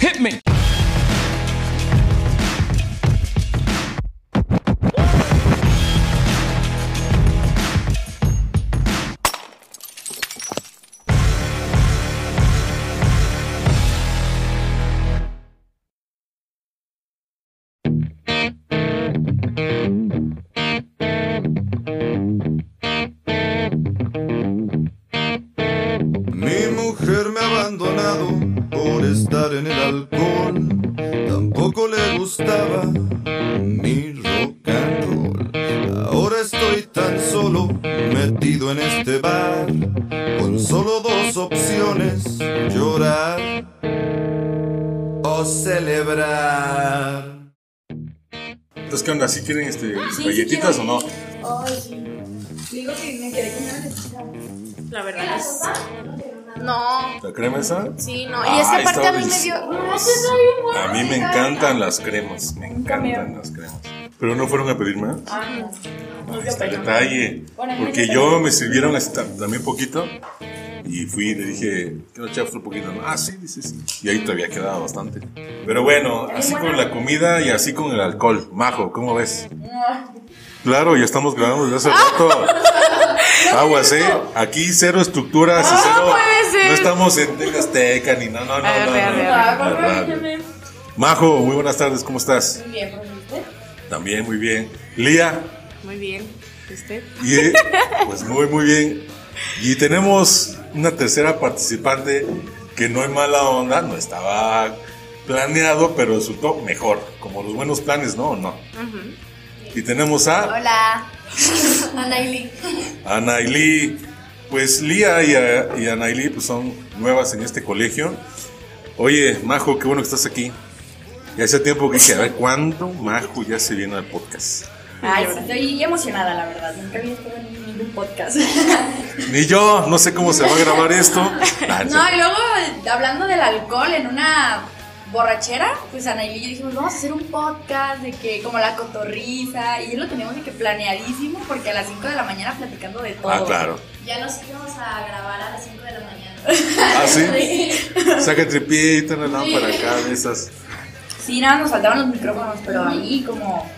Hit me. Mi mujer me ha abandonado por estar en el alcohol. Tampoco le gustaba mi rock and roll. Ahora estoy tan solo metido en este bar con solo dos opciones: llorar o celebrar. Entonces, ¿qué onda? ¿Sí quieren este, Ah, sí galletitas quiero. o no? Ay, sí. Digo que me quedé con ganas de pizza. La verdad es. No. ¿La crema esa? Ah, Sí, no. Y es que Ay, aparte a mí me dio. estaba A mí me encantan las cremas, me encantan las cremas. Pero no fueron a pedir más. Ahí está el detalle. Porque yo me sirvieron así tam- también poquito. Y fui y le dije, quiero echar otro poquito. Ah, sí, dices. Y ahí todavía quedaba bastante. Pero bueno, así con la comida y así con el alcohol. Majo, ¿cómo ves? Claro, ya estamos grabando desde hace rato. Aguas, ¿eh? Aquí cero estructuras. y cero- Ah, puede ser. No estamos en en Azteca ni no, no, no. Arre, no, no, arre, no. Ah, Verdad. corrígeme. Majo, muy buenas tardes, ¿cómo estás? Muy bien, ¿por usted? También, muy bien. Lía, Muy bien. ¿Usted? y, eh, pues muy, muy bien. Y tenemos una tercera participante que no es mala onda, no estaba planeado, pero resultó mejor, como los buenos planes, ¿no? ¿O no? Y tenemos a Hola. Anaili. Anailí. Pues Lía y, a- y Anailí pues, son nuevas en este colegio. Oye, Majo, qué bueno que estás aquí. Ya hace tiempo que dije, a ver, ¿cuándo Majo ya se viene al podcast? Ay, sí, estoy emocionada, la verdad. Nunca había estado en ningún podcast. Ni yo, no sé cómo se va a grabar esto. Ah, sí. No, y luego hablando del alcohol en una borrachera, pues Anaili y yo dijimos, vamos a hacer un podcast de que como la cotorriza y ya lo teníamos de que planeadísimo porque a las 5 de la mañana platicando de todo. Ah, claro. Ya nos íbamos a grabar a las 5 de la mañana. Ah, sí. Saca tripita, una lámpara acá, de esas. Sí, nada, nos faltaban los micrófonos, pero ahí como,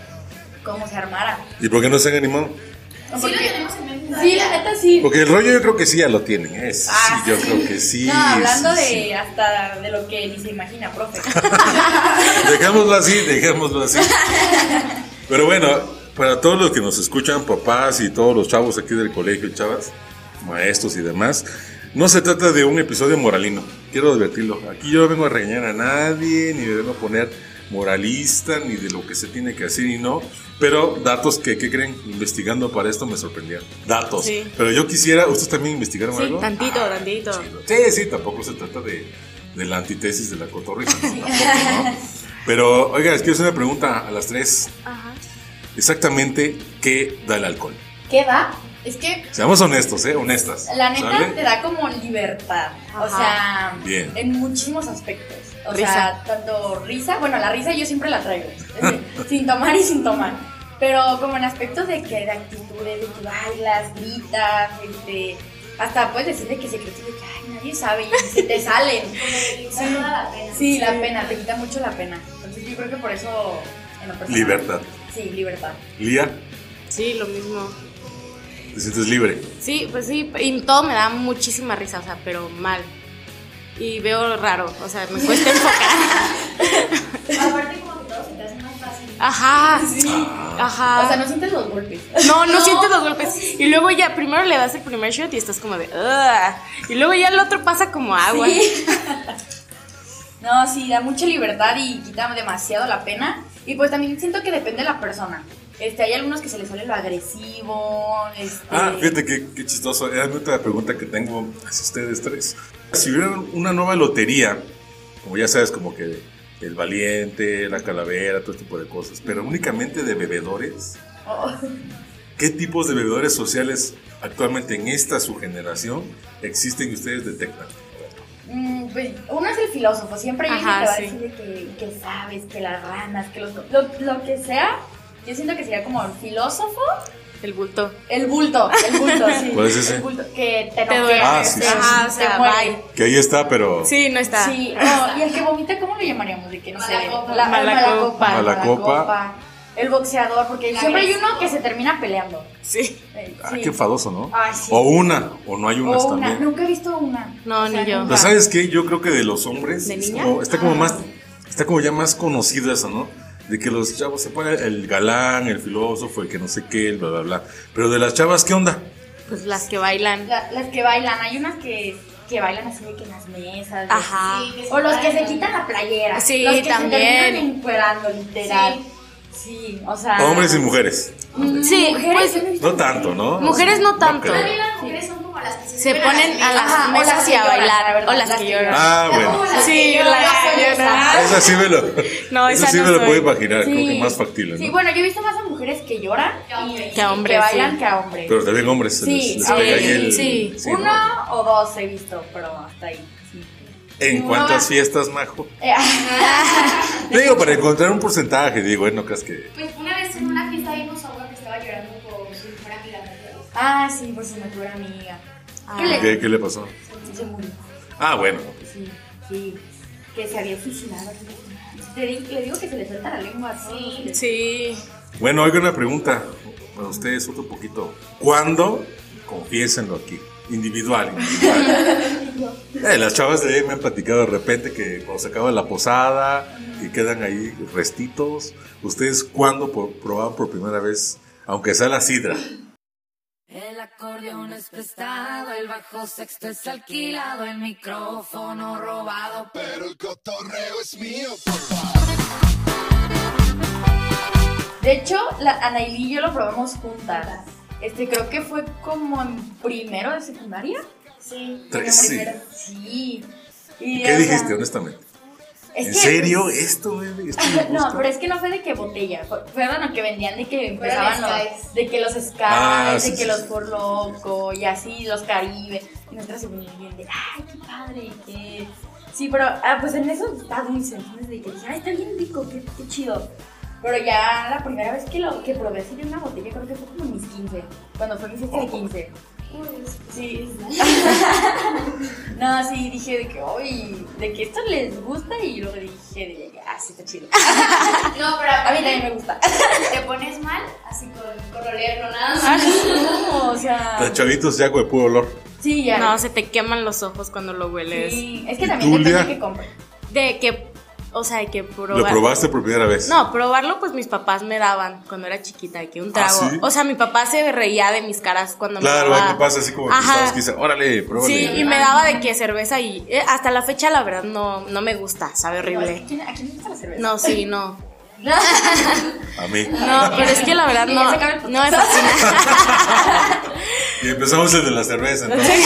como se armara. ¿Y por qué no se han animado? No, Sí, lo porque- tenemos en mente. Sí, la neta sí. Porque el rollo yo creo que sí ya lo tienen, ¿eh? Sí, Ah, yo creo que sí. No, hablando sí, de sí. hasta de lo que ni se imagina, profe. Dejémoslo así, dejémoslo así. Pero bueno, para todos los que nos escuchan, papás y todos los chavos aquí del colegio, chavas, maestros y demás, no se trata de un episodio moralino. Quiero advertirlo. Aquí yo no vengo a regañar a nadie, ni me vengo a poner moralista, ni de lo que se tiene que hacer y no. Pero datos que, ¿qué creen? Investigando para esto me sorprendieron. Datos. Sí. Pero yo quisiera, ¿ustedes también investigaron Sí, algo? tantito, tantito. Sí, sí, tampoco se trata de, de la antítesis de la cotorrisa, ¿no? Tampoco, ¿no? Pero, oiga, les quiero hacer una pregunta a las tres. Ajá. Exactamente, ¿qué da el alcohol? ¿Qué va? Es que Seamos honestos, ¿eh? Honestas. La neta ¿sale? te da como libertad, o Ajá. sea, Bien. en muchísimos aspectos. O Risa. sea, tanto risa, bueno, la risa yo siempre la traigo, es de- sin tomar y sin tomar. Pero como en aspectos de que de actitudes, de que bailas, gritas, este, hasta puedes decir de que secretos de que ay, nadie sabe y se te salen. Quizá no da la pena. Sí, la pena, te quita mucho la pena. Entonces yo creo que por eso en lo personal- Libertad. Sí, libertad. Lía, Sí, lo mismo. te sientes libre. Sí, pues sí. Y todo me da muchísima risa, o sea, pero mal. Y veo raro, o sea, me cuesta enfocar. Aparte, como que todo se te hace más fácil. Ajá. Ajá. O sea, no sientes los golpes. No, no, sientes los golpes. Y luego ya, primero le das el primer shot y estás como de. "Ugh". Y luego ya el otro pasa como agua. No, sí, da mucha libertad y quita demasiado la pena. Y pues también siento que depende de la persona. Este, hay algunos que se les sale lo agresivo. Este, Ah, fíjate qué, qué chistoso. Es otra pregunta que tengo hacia ustedes tres. Si hubiera una nueva lotería, como ya sabes, como que el valiente, la calavera, todo este tipo de cosas, pero únicamente de bebedores. Oh. ¿Qué tipos de bebedores sociales actualmente en esta su generación existen y ustedes detectan? Mm, pues, uno es el filósofo, siempre hay alguien Ajá, que va sí. a decir de que, que sabes, que las ranas, que los... Lo, lo que sea, yo siento que sería como el filósofo El bulto. El bulto, el bulto, sí. ¿Cuál es ese? El bulto, que te Te noquea, duele. Ah, sí, sí, Ajá, te o sea, muere. bye. Que ahí está, pero. Sí, no está. Sí, no, y el que vomita, ¿cómo lo llamaríamos? De que no sé, Malacopa. la malacopa. Malacopa. el Malacopa. malacopa, El boxeador, porque La siempre hay agresiva. uno que se termina peleando. Sí. Eh, Ah, sí. qué enfadoso, ¿no? Ah, sí. O una, o no hay unas O una, también. nunca he visto una. No, ni yo. Pero ¿sabes qué? Yo creo que de los hombres ¿De es niña? Ah. como- está como más está como ya más conocida esa, ¿no? De que los chavos se ponen el galán, el filósofo, el que no sé qué, el bla bla bla. Pero de las chavas, ¿qué onda? Pues las que bailan. La- las que bailan, hay unas que, que bailan así de que en las mesas. de- Ajá. Sí, que se O los que se bailan. quitan la playera. Sí, los que también. se terminan encuerando, literal. Sí, o sea. Ah. Hombres y mujeres. Mm, Sí, mujeres. pues, No tanto, ¿no? Mujeres no tanto. creo. También las mujeres son como las que se, Se suben ponen a mesas. las Ajá, o las mesas que y a lloran, bailar. la verdad, o las las que que lloran. Ah, Como bueno. las Sí, que lloran, las las que famosas. lloran. Esa sí me lo, No, esa esa sí no me lo soy. puedo imaginar, Sí. como que más factible, Sí, ¿no? bueno, yo he visto más a mujeres que lloran Que a hombres. y Que a hombres, que bailan sí. que a hombres. Pero también hombres se les, Sí, les sí, pega ahí el- sí. ¿no? Uno o dos he visto, pero hasta ahí. sí. ¿En uno cuántas va- fiestas, Majo? Eh, Digo, para encontrar un porcentaje, digo, eh, no creas que... Pues una vez en una fiesta vimos a una que estaba llorando por su mejor amiga. ¿no? ah, sí, por su mejor amiga. Ah. ¿Qué le- ¿Qué, qué le pasó? Se murió. Ah, bueno. Sí, sí. Que se había suicidado. Te di- le digo que se le suelta la lengua así. Sí. Bueno, oiga una pregunta para ustedes, otro poquito. ¿Cuándo? Confiésenlo aquí. Individual, individual. Eh, las chavas de ahí me han platicado de repente que cuando se acaba la posada y quedan ahí restitos. ¿Ustedes cuándo por- probaban por primera vez, aunque sea la sidra? El acordeón es prestado, el bajo sexto es alquilado, el micrófono robado. De hecho, la Anailí y yo lo probamos juntas. Este, creo que fue como en primero de secundaria. Sí. Trece. Sí. ¿Y ¿Qué Y, o sea, dijiste, honestamente? es ¿En que- serio esto, güey? Esto me No, gusta. pero es que no fue de que botella, fue- fueron los que vendían de que Fueron empezaban los, Skies. de que los Skies, Ah, de sí, que sí, los sí, Por sí, Loco y así, los Caribe. Y nosotras se ponían bien de, ay, qué padre, qué. Sí, pero ah, pues en eso está dulce, entonces de que dije, ay, está bien rico, qué, qué chido. Pero ya la primera vez que lo que probé así de una botella, creo que fue como en mis 15, cuando fue mi fiesta de 15. Sí. No, sí, dije de que, uy, de que esto les gusta y luego dije de que, ah, sí, está chido. No, pero A mí también me gusta. Ah. Te pones mal, así con, con olerlo nada más. No, o Los sea. chavitos ya, güey, puro olor. Sí, ya. No, se te queman los ojos cuando lo hueles. sí. Es que ¿Y también tú, depende Lía? de que compre. De que, o sea, de que probar. ¿Lo probaste por primera vez? No, probarlo pues mis papás me daban cuando era chiquita, de que un Ah, trago. ¿sí? O sea, mi papá se reía de mis caras cuando Claro, me hay daba. papás así como que Ajá. sabes que dicen, órale, pruébale. Sí, y me daba de que cerveza y eh, hasta la fecha la verdad no, no me gusta, sabe No, es que horrible. ¿quién- ¿A quién le gusta la cerveza? No, sí, no. A mí. No, pero es que la verdad Y ya se acaba no, el no me fascina. Y empezamos el de la cerveza, entonces.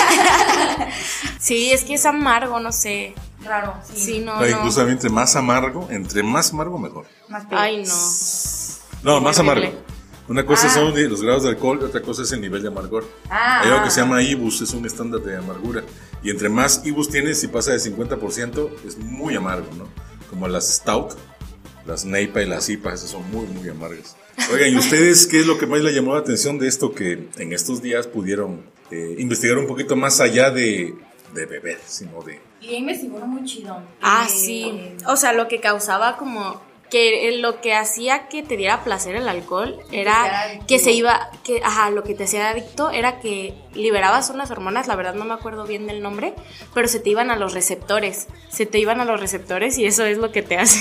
Sí, es que es amargo, no sé. Raro, sí. Sí, no, No, no. incluso a mí entre más amargo, entre más amargo mejor. Más peor. Ay, no. No, más Horrible. amargo. Una cosa Ah. son los grados de alcohol y otra cosa es el nivel de amargor. Ah. Hay algo que se llama IBUS, es un estándar de amargura. Y entre más IBUS tienes, si pasa de 50%, es muy amargo, ¿no? Como las Stout, las Neipa y las IPA, esas son muy, muy amargas. Oigan, ¿y ustedes qué es lo que más les llamó la atención de esto que en estos días pudieron eh, investigar un poquito más allá de, de beber, sino de... Y ahí me sigo uno muy chido. Ah, Eh, sí. O sea, lo que causaba como que eh, lo que hacía que te diera placer el alcohol era era adictivo. que se iba, que, ajá, lo que te hacía adicto era que liberabas unas hormonas, la verdad no me acuerdo bien del nombre, pero se te iban a los receptores, se te iban a los receptores y eso es lo que te hace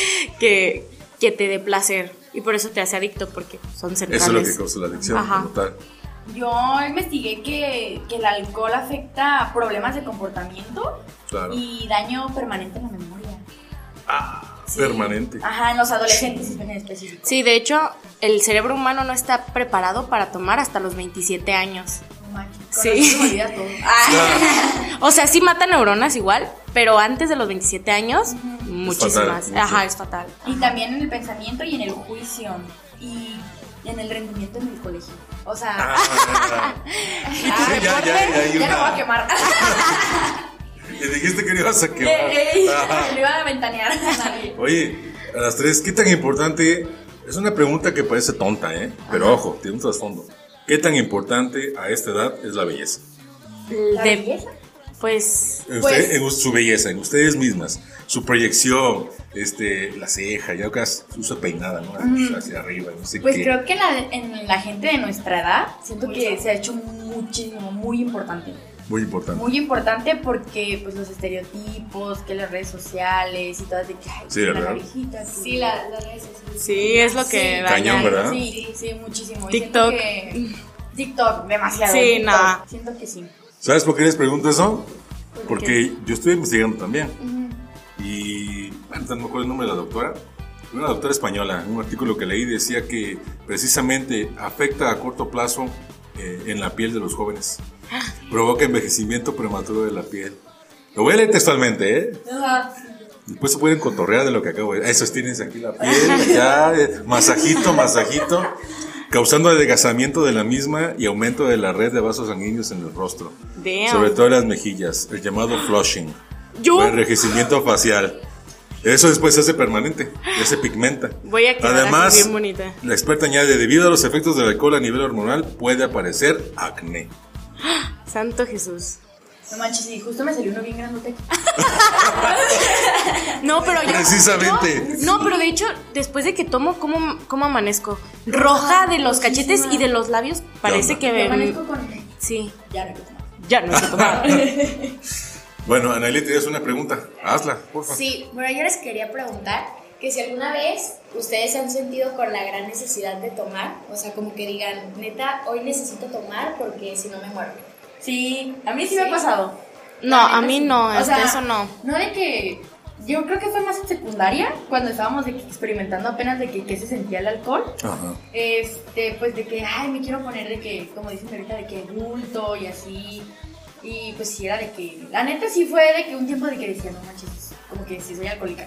que, que te dé placer y por eso te hace adicto porque son centrales. Eso es lo que causa la adicción, Ajá. como tal. Yo investigué que, que el alcohol afecta a problemas de comportamiento Claro. y daño permanente en la memoria. Ah, Sí. permanente. Ajá, en los adolescentes en específico. Sí, de hecho, el cerebro humano no está preparado para tomar hasta los 27 años. No manches, con Sí. razón me olvidas todo. Ah. O sea, sí mata neuronas igual, pero antes de los 27 años, muchísimas. fatal, Ajá, mucho. es fatal. Y también en el pensamiento y en el juicio. Y en el rendimiento en el colegio. O sea, Ah, ya, ay, ya, ya hay ya una- no voy a quemar. y dijiste que no ibas a quemar. Ey, Ajá. Lo iba a ventanear. Oye, a las tres, ¿qué tan importante Es una pregunta que parece tonta, ¿eh? Pero ojo, tiene un trasfondo. ¿Qué tan importante a esta edad es la belleza? ¿La De- belleza? pues En Pues- usted- en su belleza, en ustedes mismas, su proyección, este, la ceja, ya que se usa peinada, ¿no? Hacia arriba, no sé Pues qué. creo que la- en la gente de nuestra edad, siento que se ha hecho muchísimo, muy importante. Muy importante. Muy importante porque pues los estereotipos, que las redes sociales y todas de que ay, Sí, que ¿verdad? la viejita, que- Sí, la- las redes sociales. sí, es lo que Sí. daña. Cañón, ¿verdad? Sí, sí, muchísimo. Y siento TikTok. que- TikTok, demasiado. Sí, TikTok. nah. Siento que sí. ¿Sabes por qué les pregunto eso? Porque yo estoy investigando también. Y ah, no me acuerdo el nombre de la doctora. Una doctora española, en un artículo que leí decía que precisamente afecta a corto plazo eh, en la piel de los jóvenes. Provoca envejecimiento prematuro de la piel. Lo voy a leer textualmente, ¿eh? Después se pueden cotorrear de lo que acabo de decir. Eso tienes aquí la piel, ya, eh, masajito, masajito, causando adelgazamiento de la misma y aumento de la red de vasos sanguíneos en el rostro. Damn. Sobre todo en las mejillas, el llamado flushing. Yo- o enrejecimiento facial. Eso después se hace permanente, ya se pigmenta. Voy a quedar así Además, bien bonita. la experta añade, debido a los efectos del alcohol a nivel hormonal, puede aparecer acné. Santo Jesús. No manches, sí, justo me salió uno bien grandote. No, pero yo. Precisamente. yo- no, pero de hecho, después de que tomo, ¿cómo, cómo amanezco? Roja de los cachetes y de los labios. Parece onda? que. Yo Ah, amanezco con... Sí. Ya regresó. Ya no sé tomar. Bueno, Analia, te una pregunta. Hazla, por favor. Sí, bueno, yo les quería preguntar que si alguna vez ustedes se han sentido con la gran necesidad de tomar, o sea, como que digan, neta, hoy necesito tomar porque si no me muero. Sí, a mí sí, me ha Sí. pasado. No, La neta a mí sí. no, O este, sea, eso no. No de que. Yo creo que fue más en secundaria, cuando estábamos de que experimentando apenas de que, qué se sentía el alcohol. Ajá. Este, pues de que, ay, me quiero poner de que, como dicen ahorita, de que adulto y así. Y pues sí, era de que. La neta sí fue de que un tiempo de que decía, no manches, como que sí soy alcohólica.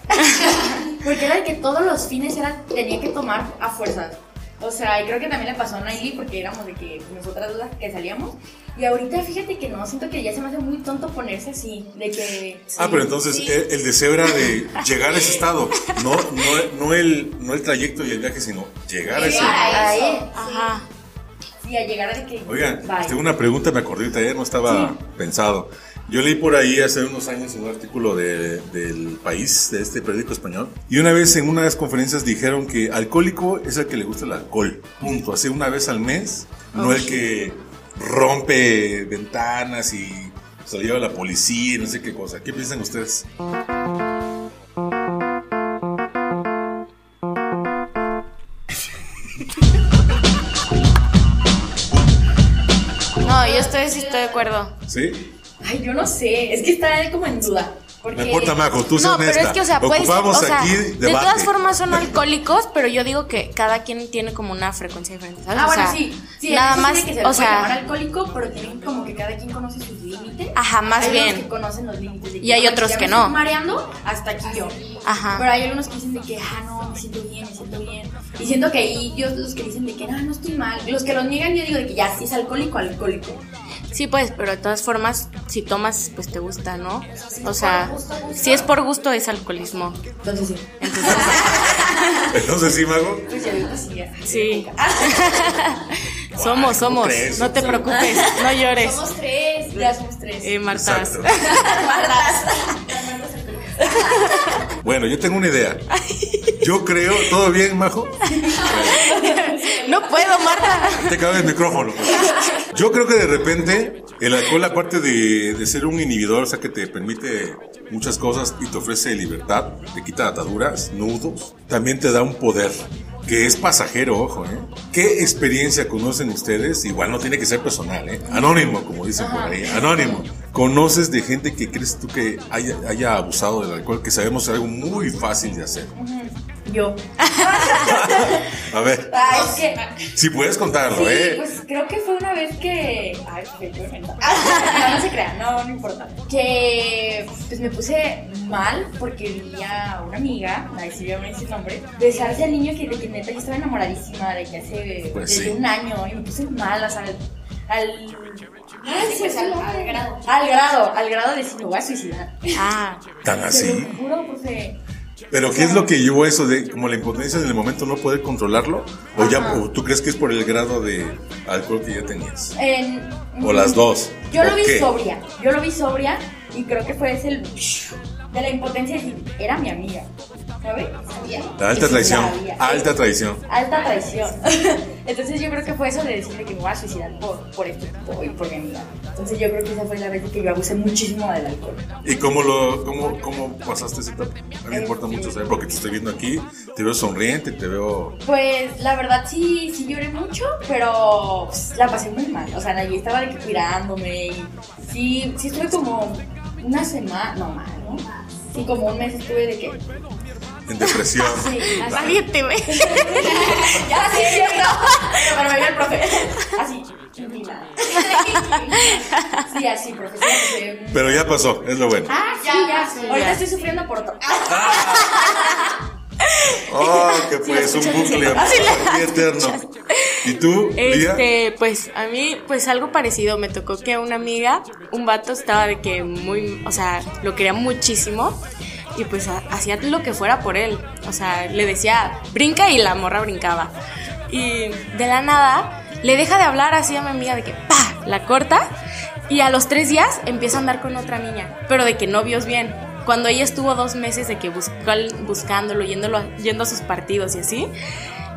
Porque era de que todos los fines eran, tenía que tomar a fuerzas. O sea, y creo que también le pasó a Naili porque éramos de que nosotras las que salíamos. Y ahorita fíjate que no, siento que ya se me hace muy tonto ponerse así, de que... Ah, pero entonces sí. el, el deseo era de llegar a ese estado. No, no, no, el, no el trayecto y el viaje, sino llegar a ese. Llegar a eso. Ajá. Sí, a llegar a de que... Oigan, bye. tengo una pregunta, me acordé ahorita, ayer no estaba pensado. Yo leí por ahí hace unos años un artículo de- del país, de este periódico español, y una vez en una de las conferencias dijeron que alcohólico es el que le gusta el alcohol, punto, así una vez al mes, Oh, no el que rompe ventanas y se lo lleva la policía, y no sé qué cosa. ¿Qué piensan ustedes? No, yo estoy, sí estoy de acuerdo. ¿Sí? Ay, yo no sé, es que está él como en duda. Porque... No importa, Majo, tú sé No, honesta. pero es que, o sea, puedes. Ocupamos o sea, aquí de debate. todas formas son alcohólicos, pero yo digo que cada quien tiene como una frecuencia diferente, ¿sabes? Ah, O bueno, sea, sí. sí nada eso sí más, de que se o le puede llamar sea, alcohólico, pero tienen como que cada quien conoce sus límites. Ajá, más hay bien. Unos que conocen los límites. de Y hay "Ah, otros ya que me no". estoy mareando hasta aquí yo. Ajá. Pero hay algunos que dicen de que, ah, no, me siento bien, me siento bien. Y siento que ahí yo los que dicen de que, no, no estoy mal. Los que los niegan, yo digo de que ya, si es alcohólico, alcohólico. sí, pues, pero de todas formas, si tomas, pues te gusta, ¿no? O sea, si es por gusto, es alcoholismo. Entonces sí. Entonces, Entonces, sí, Mago. Pues ya digo, sí, ya. sí. somos, somos. crees? No te preocupes, no llores. Somos tres, Ya somos tres. Eh, Marta. Exacto. Bueno, yo tengo una idea. Yo creo, ¿todo bien, Majo? No puedo, Marta. Te cabe el micrófono. pues. Yo creo que de repente el alcohol, aparte de, de ser un inhibidor, o sea, que te permite muchas cosas y te ofrece libertad, te quita ataduras, nudos, también te da un poder que es pasajero, ojo, ¿eh? ¿Qué experiencia conocen ustedes? Igual no tiene que ser personal, ¿eh? Anónimo, como dicen por ahí, anónimo. ¿Conoces de gente que crees tú que haya, haya abusado del alcohol, que sabemos es algo muy fácil de hacer? Yo. A ver, Ay, es que. si puedes contarlo, Sí, ¿eh? pues creo que fue una vez que. Ay, qué tormenta. No, no se crean, no, no importa. Que pues me puse mal porque vi a una amiga, ay, si voy a poner ese nombre, besarse al niño que de que neta yo estaba enamoradísima de que hace Pues desde sí. un año y me puse mal, o sea, al. al ay, Sí, se pues, me fue el al- al nombre. grado. Al grado, al grado de decir, me voy a suicidar. Ah, Tan Te pues, así. eh, lo juro, profe. Pero ¿qué es lo que llevó a eso de como la impotencia en el momento no poder controlarlo? ¿O ya o tú crees que es por el grado de alcohol que ya tenías? En- ¿O las dos? Yo lo ¿O vi qué? sobria, yo lo vi sobria y creo que fue ese el de la impotencia de decir, era mi amiga, ¿sabes? ¿Sabía? La alta traición. Sabía. Alta traición. Alta traición. Entonces yo creo que fue eso de decirle que me voy a suicidar por, por este tipo y por mi amiga. Entonces yo creo que esa fue la vez que yo abusé muchísimo del alcohol. ¿Y cómo, lo, cómo, cómo pasaste esa etapa? A mí me importa mucho saber, porque te estoy viendo aquí, te veo sonriente, te veo... Pues la verdad sí, sí lloré mucho, pero pues, la pasé muy mal. O sea, yo estaba de que cuidándome y sí, sí estuve como una semana, no más, ¿no? Sí, como un mes estuve de que... en depresión. Sí, así. Valiente, güey. Ya, sí, es cierto. Pero me vio el profe. Así, indignada. Sí, así, profe. sí, profe. Pero ya pasó, es lo bueno. Ah, sí, ya. Ahorita estoy sufriendo por otro. Oh, que pues un escucho, bucle amor, eterno. ¿Y tú, Lía? Este, pues a mí, pues algo parecido. Me tocó que una amiga, un vato estaba de que muy, o sea, lo quería muchísimo. Y pues ha- hacía lo que fuera por él. O sea, le decía, brinca y la morra brincaba. Y de la nada, le deja de hablar así a mi amiga de que, pa, la corta. Y a los tres días empieza a andar con otra niña, pero de que novios bien. Cuando ella estuvo dos meses de que buscó al- buscándolo, yéndolo, a- yendo a sus partidos y así,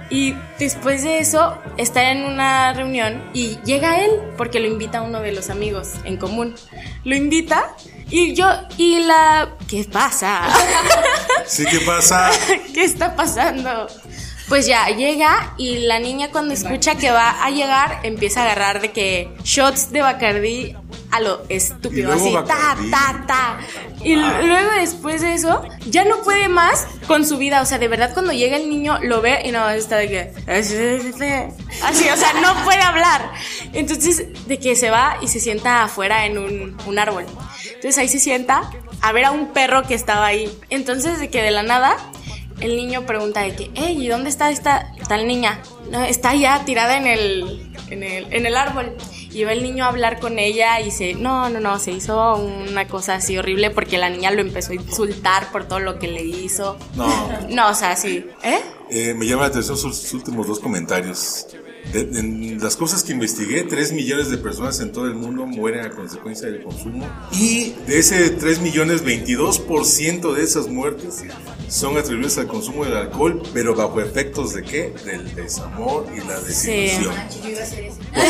y después de eso, está en una reunión y llega él porque lo invita a uno de los amigos en común. Lo invita y yo, y la... ¿Qué pasa? Sí, ¿qué pasa? ¿Qué está pasando? Pues ya llega y la niña cuando escucha que va a llegar empieza a agarrar de que shots de Bacardí a lo Y estúpido, luego Ah. así ta, Bacardí. ta, ta. Y luego después de eso ya no puede más con su vida, o sea, de verdad cuando llega el niño lo ve y no está de que así, o sea, no puede hablar. Entonces, de que se va y se sienta afuera en un, un árbol. Entonces ahí se sienta a ver a un perro que estaba ahí. Entonces, de que de la nada el niño pregunta de que, hey, ¿y dónde está esta tal niña? No, está ya tirada en el, en el, en el árbol. Y va el niño a hablar con ella y se, no, no, no, se hizo una cosa así horrible porque la niña lo empezó a insultar por todo lo que le hizo. No. No, o sea, sí. ¿Eh? Eh, me llama la atención sus últimos dos comentarios. De- en las cosas que investigué, 3 millones de personas en todo el mundo mueren a consecuencia del consumo. Y de ese 3 millones, 22% de esas muertes son atribuidas al consumo del alcohol, pero bajo efectos de qué? Del desamor y la desilusión. Yo iba a hacer eso. ¿Por qué?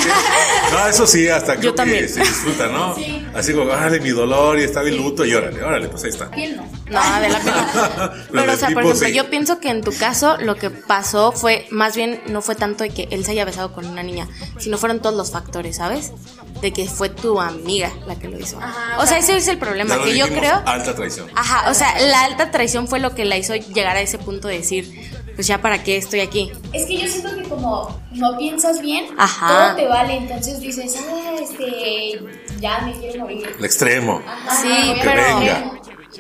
No, eso sí, hasta creo que también. se disfruta, ¿no? Así como, órale, mi dolor y está mi luto y órale, órale, pues ahí está. Piel no. No, de la piel no. Pero, del o sea, por tipo, ejemplo, sí. yo pienso que en tu caso lo que pasó fue, más bien, no fue tanto de que él se haya besado con una niña, sino fueron todos los factores, ¿sabes? De que fue tu amiga la que lo hizo. o sea, ese es el problema, Ya lo que yo dijimos, creo... Alta traición. Ajá, o sea, la alta traición fue lo que la hizo llegar a ese punto de decir, pues ya para qué estoy aquí. Es que yo siento que como no piensas bien, Ajá. todo te vale, entonces dices, ah, este, ya me quiero morir. El extremo. Ajá, Sí, voy a Que morir. venga.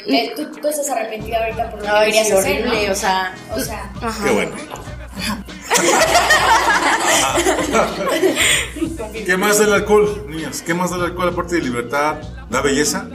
Eh, Tú, tú estás arrepentida ahorita por lo que Ay, querías sí, hacer, ¿no? horrible, o sea... O sea, Qué bueno. ¿Qué más del alcohol, niños? ¿Qué más del alcohol aparte de libertad? ¿Da belleza?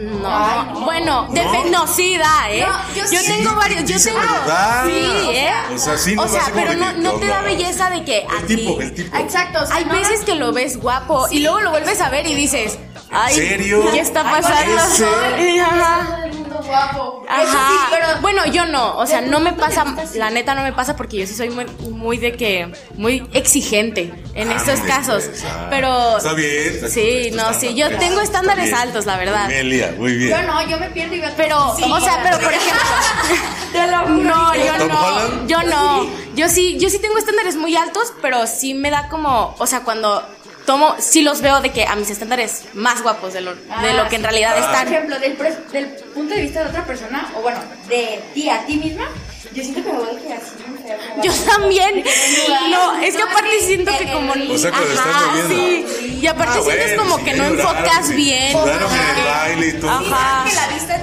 No. Bueno, depe- no, sí da, ¿eh? No, yo yo sí. tengo varios, yo Dice tengo... verdad. Sí, ¿eh? O sea, sí O nos sea, hace como pero de no, que, no te da onda. belleza de que El aquí... tipo, el tipo. exacto. o sea, Hay no veces que lo ves guapo y luego lo vuelves a ver y dices, ay, serio? ¿qué está Ay, pasando? ¿en serio? Y todo ajá. el mundo guapo. Ajá. Eso sí, pero bueno, yo no, o sea, no me pasa, la neta no me pasa porque yo sí soy muy, muy de que, muy exigente en Ah, estos muy casos, bien, pues, ah. pero... Está bien. está- Sí, está no, estándar, sí, yo está- tengo está estándares bien. altos, la verdad. Muy bien, Lía, muy bien. Ah, Yo no, yo me pierdo y veo... Pero, Sí, o sea, pero por ejemplo, no, yo ¿Tom no, Holland? yo no, yo sí, yo sí tengo estándares muy altos, pero sí me da como, o sea, cuando tomo, sí los veo de que a mis estándares más guapos de lo, de Ah, lo que en realidad Por están. ejemplo, del, pres- del punto de vista de otra persona, o bueno, de ti a ti misma, yo siento que me voy a quedar así. o sea, como- Yo también. Desnuda. No, es que aparte Sí, siento que eh, como eh, O sea, que lo estás sí. moviendo. Y aparte Ah, sientes bueno, como sí, que no lloraron, enfocas sí. bien. Lloraron en el baile y todo. Ajá. Que la vista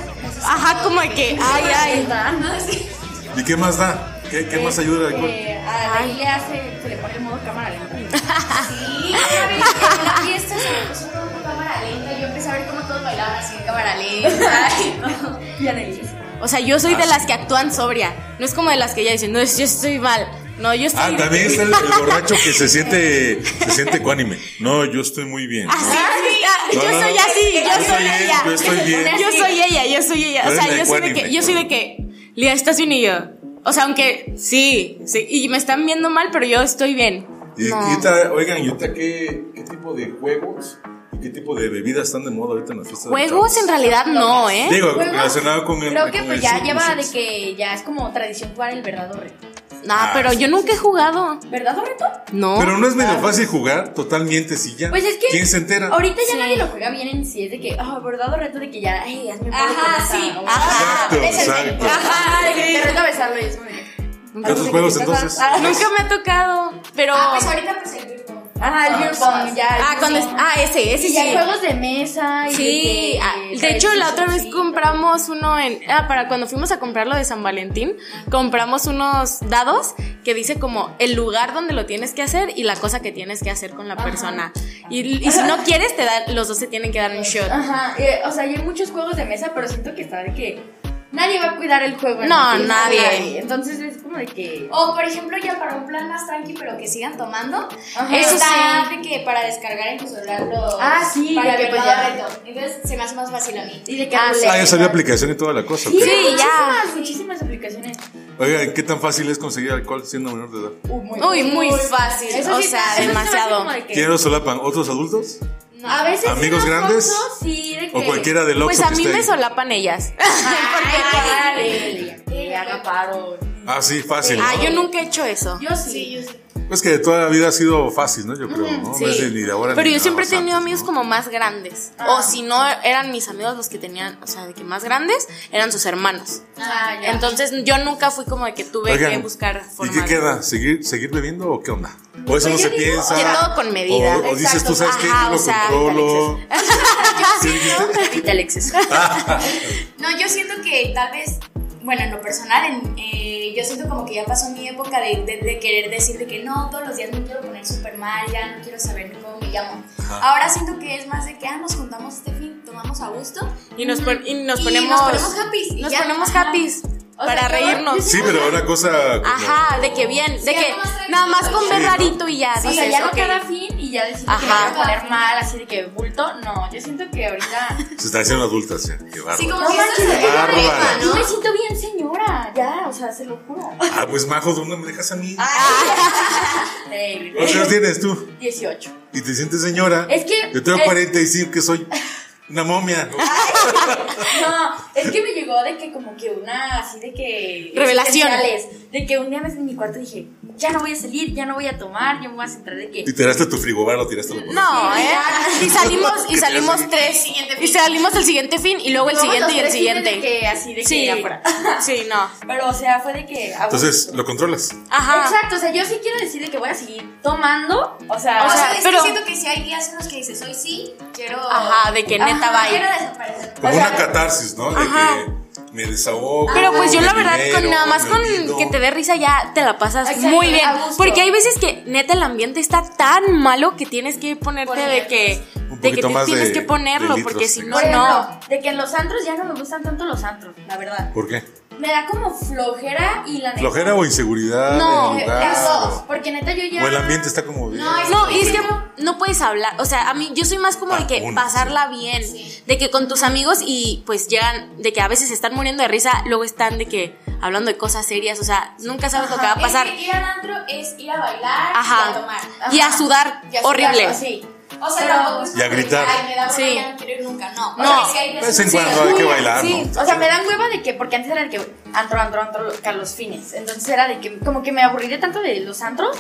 Ajá, como de que ay, ay. ¿Y qué más da? ¿Qué, qué más ayuda el alcohol? Eh, a David le hace, se le pone el modo cámara lenta. Sí, una vez en la fiesta se me puso todo en cámara lenta. Yo empecé a ver cómo todos bailaban así en cámara lenta. Y a David. O sea, yo soy Ah, de sí. las que actúan sobria. No es como de las que ya dicen, no, yo estoy mal. No, yo estoy. Ah, también está el, el borracho que se siente, se siente ecuánime. No, yo estoy muy bien. ¿no? Así, así, ah, No, yo no, soy no. así, yo, Yo soy soy él, ella. yo estoy bien. Yo soy ella, yo soy ella. Tú O eres sea, la yo soy de que, ecuánime. yo soy de que, Lía, estás bien y yo. O sea, aunque sí, sí, y me están viendo mal, pero yo estoy bien. Y, y No. ahorita, oigan, ¿y ahorita qué, qué tipo de juegos y qué tipo de bebidas están de moda ahorita en las fiestas? de Juegos chavos? en realidad no, ¿eh? Digo, Juegos, relacionado con el. Pues Creo que con pues el ya sexo, lleva de sexo. que ya es como tradición jugar el verdadero reto. No, Ah, pero sí, yo nunca he jugado. ¿Verdadero reto? No. Pero no es medio fácil jugar, totalmente, si ya. Pues es que. ¿Quién se entera? Ahorita ya Sí. nadie lo juega bien en sí. Es de que, ah, verdadero reto de que ya, ay, hazme un paro Ajá, con esa, sí, o- ajá. Exacto, es el exacto. mejor. Ajá, de que te reto a besarlo y es muy bien. ¿Qué otros juegos entonces? Ah, Nunca me ha tocado. Pero. Ah, Ah, pues ahorita pues el grupo. Ajá, el beer pong, ya. el beer cuando es- pong. ah, ese, ese Sí, ya hay sí. juegos de mesa. Y Sí, ah, de, eh, de hecho la otra vez compré compramos uno en ah, para cuando fuimos a comprarlo de San Valentín, compramos unos dados que dice como el lugar donde lo tienes que hacer y la cosa que tienes que hacer con la persona. Y, y si no quieres te da, los dos se tienen que dar un shot. Ajá, eh, o sea, hay muchos juegos de mesa, pero siento que está de que nadie va a cuidar el juego. en No, la fiesta, nadie. Entonces es como de que... O por ejemplo, ya para un plan más tranqui, pero que sigan tomando. Ajá. Eso Eso está de que para descargar en tu celular los. Ah, sí, para ya, que pues, pueda ya. reto. Entonces se me hace más fácil a mí. Y de que Ah, sí. Ah, ya sabía aplicación y toda la cosa. Sí, ok. ya. Muchísimas, muchísimas aplicaciones. Oigan, ¿qué tan fácil es conseguir alcohol siendo menor de edad? Uh, muy, Uy, muy fácil, Eso o sí, sea, eso sí se me hace demasiado. como de que- ¿Quiénes lo solapan? ¿Otros adultos? A veces en ¿Amigos los grandes? Oxxos, sí, de ¿O que- cualquiera del Oxxo Pues a que mí esté me ahí? solapan ellas. Ay, dale, que haga paro. Ah, sí, fácil. Ah, ¿no? yo nunca he hecho eso. Yo sí. yo sí. Pues que de toda la vida ha sido fácil, ¿no? Yo creo, ¿no? Sí. No es de ni de ahora Pero ni yo de siempre he ahora, tenido antes, amigos ¿no? como más grandes. O si no eran mis amigos los que tenían, o sea, de que más grandes eran sus hermanos. Ah, ya. Entonces yo nunca fui como de que tuve que Oigan, buscar ¿Y forma. qué de- queda? ¿Seguir, ¿Seguir bebiendo o qué onda? O eso Pues no yo se digo piensa. que todo con medida. O, o dices, Exacto. tú sabes que Ajá, yo lo o sea, controlo. ¿Sí dijiste? Ah. Evita el exceso. No, yo siento que tal vez, bueno, en lo personal, en, eh, yo siento como que ya pasó mi época de, de- de querer decir de que no, todos los días me quiero poner súper mal, ya no quiero saber ni cómo me llamo. Ahora siento que es más de que, ah, nos juntamos este fin, tomamos a gusto Y nos, pon- y nos y ponemos. nos ponemos happy. nos ponemos happies para yo- reírnos. Sí, pero una cosa. como- Ajá, de que bien. De algo que más tranquilo. nada más con ver Sí, ¿no? rarito y ya. o sea, dices, ya no ok. cada fin y ya decir que me Ajá. quiero poner mal, así de que bulto. No, yo siento que ahorita. Se están haciendo adultas ya. Qué bárbaro. Sí, como que esto manches, se ve bárbara. arriba, Yo me ¿no? siento bien, señora. Ya, o sea, se lo juro. Ah, pues majo, ¿dónde me dejas a mí? Ah, Ey, ¿Cuántos eh. años tienes tú? 18. Y te sientes señora. Es que- Yo tengo es- 45, que soy una momia. No, es que me llegó de que como que una así de que Revelación. especiales, de que un día me en mi cuarto dije, ya no voy a salir, ya no voy a tomar, yo me voy a centrar de que Y tiraste tu frigobar, lo tiraste a la basura. No, ¿eh? Y salimos, Que y te salimos hacen- tres. Y salimos el siguiente fin, y luego el Vamos siguiente los y el tres fines de siguiente. que así de que Sí, ya fuera. sí, no. Pero o sea, fue de que "Ah, pues, a Entonces, gusto. lo controlas. Ah. Ajá. Exacto, o sea, yo sí quiero decir de que voy a seguir tomando, o sea, O O sea, sea, es pero- que siento que si hay días en los que dices, hoy sí, quiero... Ajá, de que neta Ajá, va Quiero desaparecer. Como O sea, una catarsis, ¿no? ajá. De que me desahogo. Pero pues yo me la verdad, libero, con nada más me con olvido. que te dé risa ya te la pasas Exacto, muy bien. a gusto. Porque hay veces que neta el ambiente está tan malo que tienes que ponerte de que, Un de que poquito te más tienes de- que ponerlo, de litros, porque si no, por ejemplo, no. de que en los antros ya no me gustan tanto los antros, la verdad. ¿Por qué? Me da como flojera y la neta- ¿Flojera o inseguridad? No, del lugar, Las dos, o- porque neta yo ya o el ambiente está como. bien. No, y es que no puedes hablar, o sea, a mí yo soy más como de que Algunos, pasarla bien, de que con tus amigos y pues llegan, de que a veces están muriendo de risa, luego están de que hablando de cosas serias, o sea, nunca sabes lo que va a pasar. Es que ir al antro es ir a bailar y a Ajá. tomar. Y a Ajá. sudar, Y a sudar, horrible. Sí. O sea, Pero- tampoco es Y a como gritar. que, Ay, me da hueva, Sí. ya no quiero ir nunca. No, No. O sea, si hay De veces vez en que cuando hay que bailar, sí. ¿no? O sea, me dan hueva de que, porque antes era de que antro, antro, antro, Carlos Fines. Entonces era de que, como que me aburrí de tanto de los antros.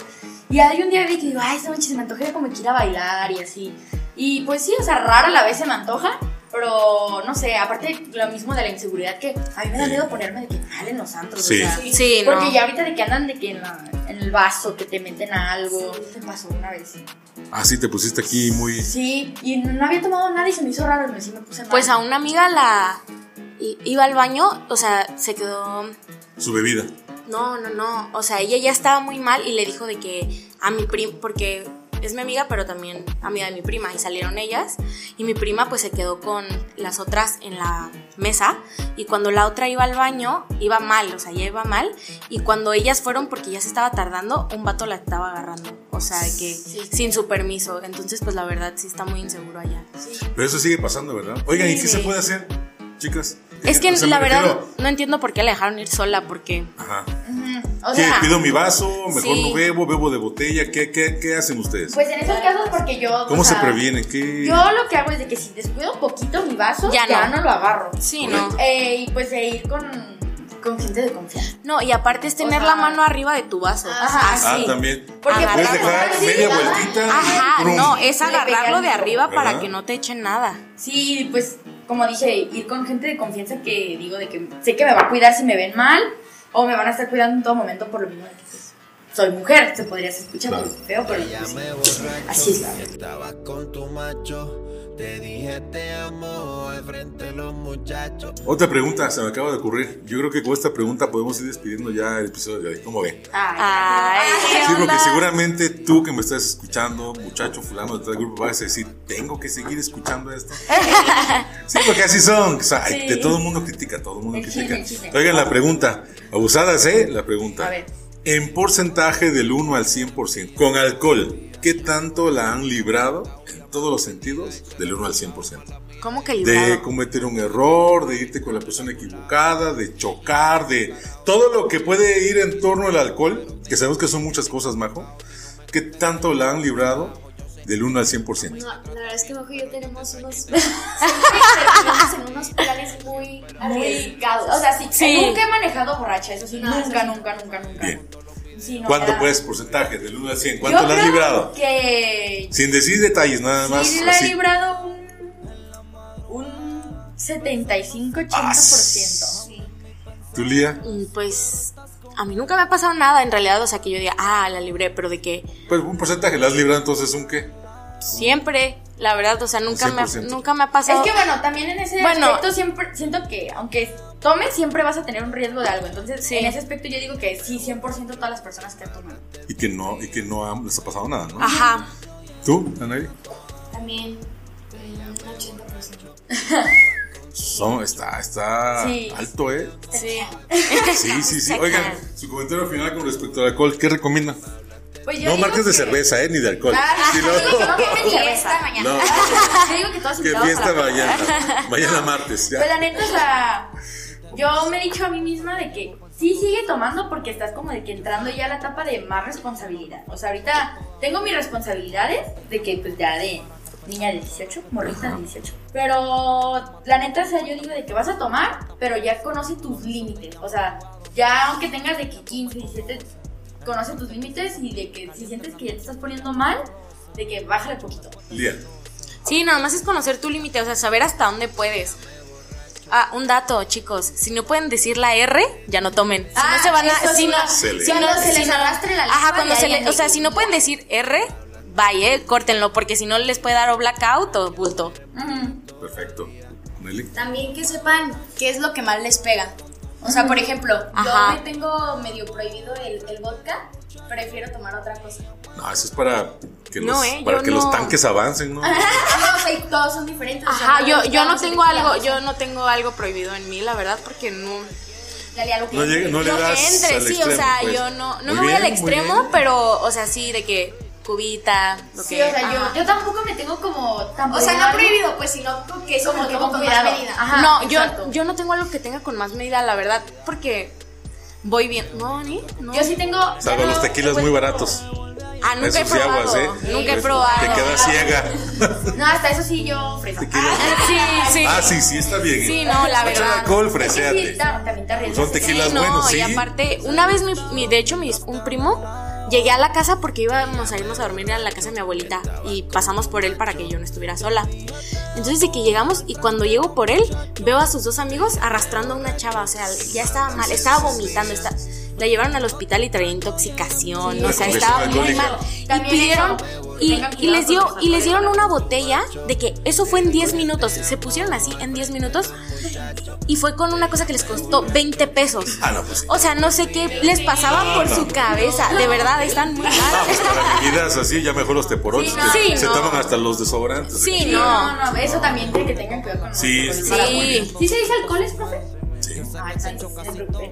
Y hay un día de que digo, ay, esta noche se me antoja como que ir a bailar y así. Y pues sí, o sea, raro a la vez se me antoja. Pero no sé, aparte lo mismo de la inseguridad que a mí me da Sí. miedo ponerme de que jalen los antros. Sí. O sea, Sí, no. Porque ya ahorita de que andan de que en, la- en el vaso, que te meten a algo. Se pasó una vez. Ah, sí, te pusiste aquí muy. Sí, y no había tomado nada y se me hizo raro. Y sí me puse mal. Pues a una amiga la i- iba al baño, o sea, se quedó Su bebida. No, no, no. O sea, ella ya estaba muy mal y le dijo de que a mi primo, porque es mi amiga, pero también amiga de mi prima, y salieron ellas, y mi prima pues se quedó con las otras en la mesa, y cuando la otra iba al baño, iba mal, o sea, ya iba mal, y cuando ellas fueron, porque ya se estaba tardando, un vato la estaba agarrando, o sea, de que sin su permiso, entonces pues la verdad sí está muy inseguro allá. Pero eso sigue pasando, ¿verdad? Oigan, ¿y Sí, qué se güey. puede hacer, chicas? Eh, Es que O sea, me la verdad refiero- no entiendo por qué la dejaron ir sola, porque Ajá. O ¿Qué? sea, ¿Pido mi vaso? ¿Mejor Sí. no bebo? ¿Bebo de botella? ¿Qué, qué, qué hacen ustedes? pues en esos casos porque yo... o ¿Cómo se sea, previene? ¿Qué? Yo lo que hago es de que si descuido un poquito mi vaso, Ya ya, no. no. lo agarro. sí, no. Eh, y pues de ir con, con gente de confianza. No, y aparte es tener sea, la mano arriba de tu vaso. Ajá. ah, así. también. Porque Agarrar ¿Puedes la dejar mano, sí, media la mano. vueltita? Ajá, Prum. no, es Le agarrarlo pegan. de arriba para ¿Verdad? que no te echen nada. Sí, pues como dije, ir con gente de confianza que digo de que sé que me va a cuidar si me ven mal o me van a estar cuidando en todo momento por lo mismo de que, pues, soy mujer, se podría estar escuchando Claro. feo, pero Ya pues, me borracho. Así es la vida. Estaba con tu macho. Te dije te amo al frente de los muchachos. Otra pregunta, se me acaba de ocurrir. Yo creo que con esta pregunta podemos ir despidiendo ya el episodio de hoy. ¿Cómo ven? Ay, ¿qué Sí, porque onda? seguramente tú que me estás escuchando, muchacho fulano de tal grupo, vas a decir, tengo que seguir escuchando esto. Sí, porque así son. o sea, De todo el mundo critica, todo el mundo El chisme, critica. el chisme. Oigan, la pregunta, abusadas, ¿eh? La pregunta. A ver. En porcentaje del 1 al 100%, con alcohol, ¿qué tanto la han librado en todos los sentidos del 1 al 100%? ¿Cómo que De librado? cometer un error, de irte con la persona equivocada, de chocar, de todo lo que puede ir en torno al alcohol, que sabemos que son muchas cosas, Majo, ¿qué tanto la han librado del 1 al 100%? No, la verdad es que Majo y yo tenemos unos. siempre terminamos en unos planes muy arriesgados. O sea, sí, Sí. nunca he manejado borracha, eso sí, No, nunca, eso sí. nunca, nunca, nunca. Bien. Sí, no, ¿Cuánto ya. pues porcentaje del 1 al 100? Yo ¿Cuánto la has creo librado? Que Sin decir detalles, nada más. sí la he así. librado un, un 75-80%. Ah, Sí. ¿Tú, Lía? Mm, Pues a mí nunca me ha pasado nada en realidad, o sea que yo diga, ah, la libré, pero de que Pues un porcentaje, ¿la has librado entonces un qué? siempre, la verdad, o sea, nunca, me ha, 100%. nunca me ha pasado. Es que bueno, también en ese Bueno. aspecto siempre siento que aunque tomes siempre vas a tener un riesgo de algo. Entonces, Sí. en ese aspecto yo digo que sí, 100% todas las personas que han tomado. Y que no, y que no ha- les ha pasado nada, ¿no? Ah. Ajá, ¿Tú, Anay? También mm, un 80%. Son, está, está Sí. alto, ¿eh? sí. Sí, sí, sí. Sacan. Oigan, su comentario final con respecto al alcohol, ¿qué recomienda? Pues yo No digo marques de que- cerveza, ¿eh? Ni de alcohol. Ah, Sí, yo digo que no quemen Y cerveza. esta mañana. No, no, Yo digo que que todos invitados fiesta a la peda. mañana. Mañana martes, Pues ya. la neta, o sea, yo me he dicho a mí misma de que sí sigue tomando porque estás como de que entrando ya a la etapa de más responsabilidad. O sea, ahorita tengo mis responsabilidades de que pues ya de niña de 18, morrita de 18. Pero la neta, o sea, yo digo de que vas a tomar, pero ya conoce tus límites. O sea, ya aunque tengas de que 15, 17, conoce tus límites y de que si sientes que ya te estás poniendo mal, de que bájale poquito. Lía. Sí, nada más es conocer tu límite, o sea, saber hasta dónde puedes. Ah, un dato, chicos, si no pueden decir la R, ya no tomen. Si Ah, no se van a, eso si sí, no, cuando se les- si no- cuando se si les no- arrastre la Ajá, lengua, cuando ya se hayan le, o sea, dicho. si no pueden decir R, vaya, eh, córtenlo porque si no les puede dar o blackout o bulto. Perfecto. Nelly. También que sepan qué es lo que más les pega. O sea, por ejemplo, Ajá. yo me tengo medio prohibido el, el vodka, prefiero tomar otra cosa. No, eso es para que los, No, eh, para yo que los no. tanques avancen, ¿no? Ah, no, o sea, y todos son diferentes. o sea, Ajá, yo, todos yo no estamos tengo elegidos. algo, yo no tengo algo prohibido en mí, la verdad, porque no. Dale algo que- No, llega- no le no das. entre, al sí, extremo, o sea, pues. yo no, no Muy me voy bien, al muy extremo, bien. pero, o sea, sí, de que cubita, lo Sí, que- o sea, yo, ajá. yo tampoco me tengo como O tampoco sea, no prohibido, pues, sino que es como Como que que con con más cuidado. medida. Ajá. no, yo, exacto. yo no tengo algo que tenga con más medida, la verdad, porque voy bien. No, ni. No. Yo sí tengo. Salvo ya no- los tequilas muy baratos. ah, nunca he Esos de probado. aguas, ¿eh? Nunca he Pues, probado. Te quedas ciega. No, hasta eso sí yo fresa. Te quedas- Sí, sí. Ah, sí, sí, está bien. ¿eh? Sí, no, la Echa verdad. alcohol, Es que sí, freseate. ta- también te arriesgas. Son Sí, tequilas no, buenos, sí. y aparte, una vez mi, mi- de hecho, mis, un primo llegué a la casa porque íbamos a irnos a dormir a la casa de mi abuelita y pasamos por él para que yo no estuviera sola. Entonces, de que llegamos y cuando llego por él, veo a sus dos amigos arrastrando a una chava, o sea, ya estaba mal, estaba vomitando, está- La llevaron al hospital y traía intoxicación, Sí. o sea, Con estaba eso muy alcohólica. mal. Y También pidieron eso, y, tengan y les dio cuidado con y les los dieron una botella de que eso fue en 10 minutos, se pusieron así en 10 minutos y fue con una cosa que les costó 20 pesos. Ah, no, pues sí. O sea, no sé qué les pasaba por su cabeza, de verdad están muy Ah, pues para mal. bebidas así, ya mejor los teporotes. Sí, no. que Sí, se no. toman hasta los desodorantes. Sí, No, no. no, eso también tiene que tengan cuidado con los Sí, alcoholes. sí. Para Sí. morir. ¿Sí se dice alcoholes, profe? Sí. Ay, me preocupé.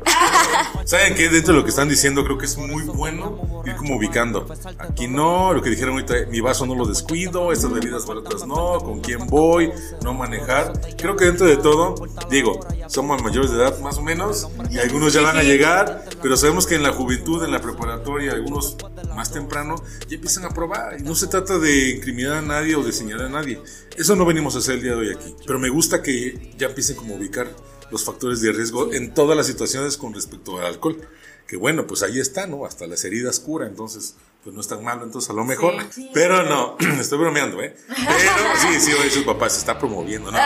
¿Saben qué? Dentro de lo que están diciendo, creo que es muy bueno ir como ubicando. Aquí no, lo que dijeron ahorita, mi vaso no lo descuido, estas bebidas baratas no, con quién voy, no manejar. Creo que dentro de todo, digo, somos mayores de edad más o menos, y algunos ya van a llegar, pero sabemos que en la juventud, en la preparatoria, algunos más temprano, ya empiezan a probar. Y no se trata de incriminar a nadie o de señalar a nadie. Eso no venimos a hacer el día de hoy aquí. Pero me gusta que ya empiecen como a ubicar los factores de riesgo en todas las situaciones con respecto al alcohol. Que bueno, pues ahí está, ¿no? Hasta las heridas cura, entonces, pues no es tan malo, entonces a lo mejor. pero no, estoy bromeando, ¿eh? Pero sí, sí, oye, su papá se está promoviendo, ¿no?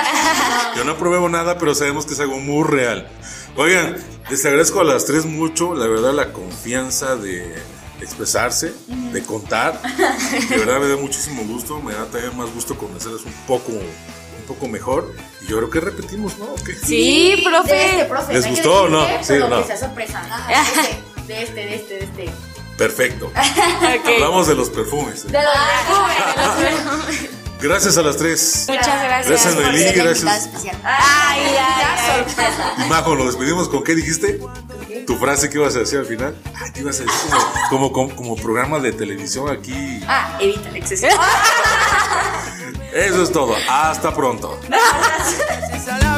Yo no pruebo nada, pero sabemos que es algo muy real. Oigan, les agradezco a las tres mucho, la verdad, la confianza de expresarse, de contar. De verdad me da muchísimo gusto, me da también más gusto conocerles un poco, un poco mejor. Y yo creo que repetimos, ¿no? ¿O qué? Sí, De este, profe. profe. ¿Les no hay que gustó o no? decirle, Sí, pero no. que sea sorpresa. De este, de este, de este. De Perfecto. Ok. Hablamos de los perfumes. los Gracias a las tres. Muchas Gracias, gracias. Noelí. Gracias. Ay, ay, ay. Y Majo, nos despedimos con qué dijiste? Tu frase que ibas a decir al final. Ah, que ibas a decir como, como, como- como programa de televisión aquí. Ah, evita el exceso. Eso es todo. Hasta pronto. Si se la